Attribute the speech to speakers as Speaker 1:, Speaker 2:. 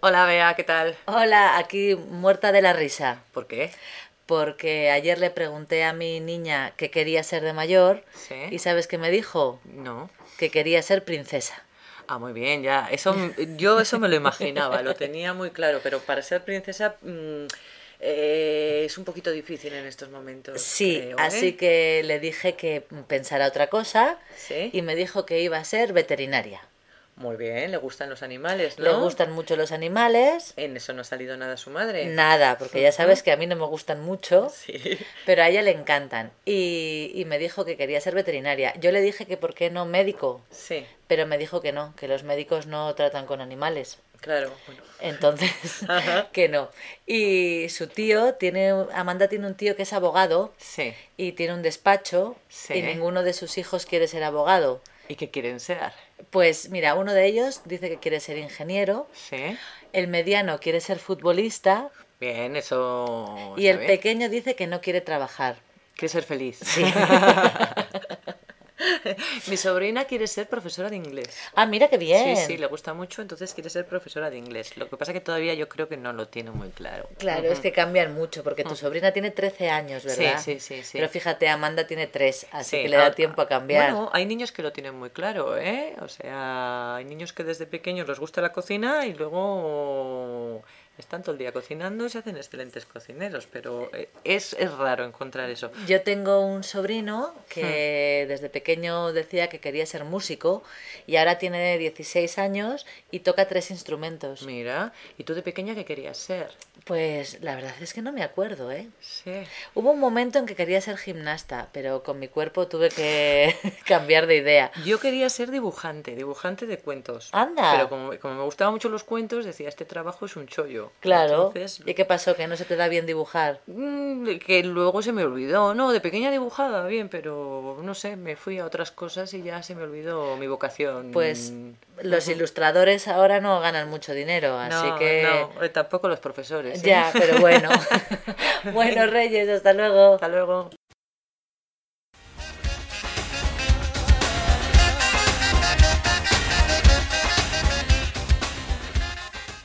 Speaker 1: Hola Bea, ¿qué tal?
Speaker 2: Hola, aquí muerta de la risa.
Speaker 1: ¿Por qué?
Speaker 2: Porque ayer le pregunté a mi niña qué quería ser de mayor
Speaker 1: Sí.
Speaker 2: y ¿sabes qué me dijo?
Speaker 1: No.
Speaker 2: Que quería ser princesa.
Speaker 1: Ah, muy bien, ya. Eso, yo eso me lo imaginaba, lo tenía muy claro, pero para ser princesa mm, eh, es un poquito difícil en estos momentos.
Speaker 2: Sí,
Speaker 1: creo, ¿eh?
Speaker 2: así que le dije que pensara otra cosa
Speaker 1: Sí.
Speaker 2: y me dijo que iba a ser veterinaria.
Speaker 1: Muy bien, le gustan los animales, ¿no?
Speaker 2: Le gustan mucho los animales.
Speaker 1: En eso no ha salido nada su madre.
Speaker 2: Nada, porque ya sabes que a mí no me gustan mucho,
Speaker 1: Sí.
Speaker 2: pero a ella le encantan. Y, y me dijo que quería ser veterinaria. Yo le dije que por qué no médico,
Speaker 1: Sí,
Speaker 2: pero me dijo que no, que los médicos no tratan con animales.
Speaker 1: claro. Bueno.
Speaker 2: Entonces,
Speaker 1: Ajá.
Speaker 2: que no. Y su tío tiene, Amanda tiene un tío que es abogado
Speaker 1: Sí.
Speaker 2: y tiene un despacho
Speaker 1: Sí.
Speaker 2: y ninguno de sus hijos quiere ser abogado.
Speaker 1: ¿Y qué quieren ser?
Speaker 2: Pues mira, uno de ellos dice que quiere ser ingeniero,
Speaker 1: Sí.
Speaker 2: el mediano quiere ser futbolista
Speaker 1: Bien, eso.
Speaker 2: y
Speaker 1: Oh, está
Speaker 2: el
Speaker 1: bien.
Speaker 2: pequeño dice que no quiere trabajar.
Speaker 1: Quiere ser feliz. Mi sobrina quiere ser profesora de inglés.
Speaker 2: Ah, mira qué bien.
Speaker 1: Sí, sí, le gusta mucho, entonces quiere ser profesora de inglés. Lo que pasa que todavía yo creo que no lo tiene muy claro.
Speaker 2: Claro, es que cambian mucho, porque tu sobrina tiene 13 años,
Speaker 1: Sí,
Speaker 2: ¿verdad?
Speaker 1: sí, sí, sí.
Speaker 2: Pero fíjate, Amanda tiene 3, así
Speaker 1: Sí,
Speaker 2: que le da
Speaker 1: ah,
Speaker 2: tiempo a cambiar.
Speaker 1: Bueno, hay niños que lo tienen muy claro, ¿eh? O sea, hay niños que desde pequeños les gusta la cocina y luego están todo el día cocinando y se hacen excelentes cocineros, pero eh, es, es raro encontrar eso.
Speaker 2: Yo tengo un sobrino que
Speaker 1: Hmm.
Speaker 2: desde pequeño decía que quería ser músico y ahora tiene 16 años y toca tres instrumentos.
Speaker 1: Mira, ¿y tú de pequeña qué querías ser?
Speaker 2: Pues la verdad es que no me acuerdo, ¿eh?
Speaker 1: Sí.
Speaker 2: Hubo un momento en que quería ser gimnasta, pero con mi cuerpo tuve que cambiar de idea.
Speaker 1: Yo quería ser dibujante, dibujante de cuentos.
Speaker 2: Anda.
Speaker 1: Pero como, como me gustaban mucho los cuentos, decía, este trabajo es un chollo.
Speaker 2: Claro. Eh,
Speaker 1: Entonces,
Speaker 2: ¿Y qué pasó? ¿Que no se te da bien dibujar?
Speaker 1: mm, que luego se me olvidó. No, de pequeña dibujaba bien, pero no sé, me fui a otras cosas y ya se me olvidó mi vocación.
Speaker 2: Pues
Speaker 1: Mm,
Speaker 2: los ilustradores ahora no ganan mucho dinero, así
Speaker 1: no,
Speaker 2: que...
Speaker 1: no, eh, tampoco los profesores. ¿eh?
Speaker 2: Ya, pero bueno. bueno, Reyes, hasta luego.
Speaker 1: Hasta luego.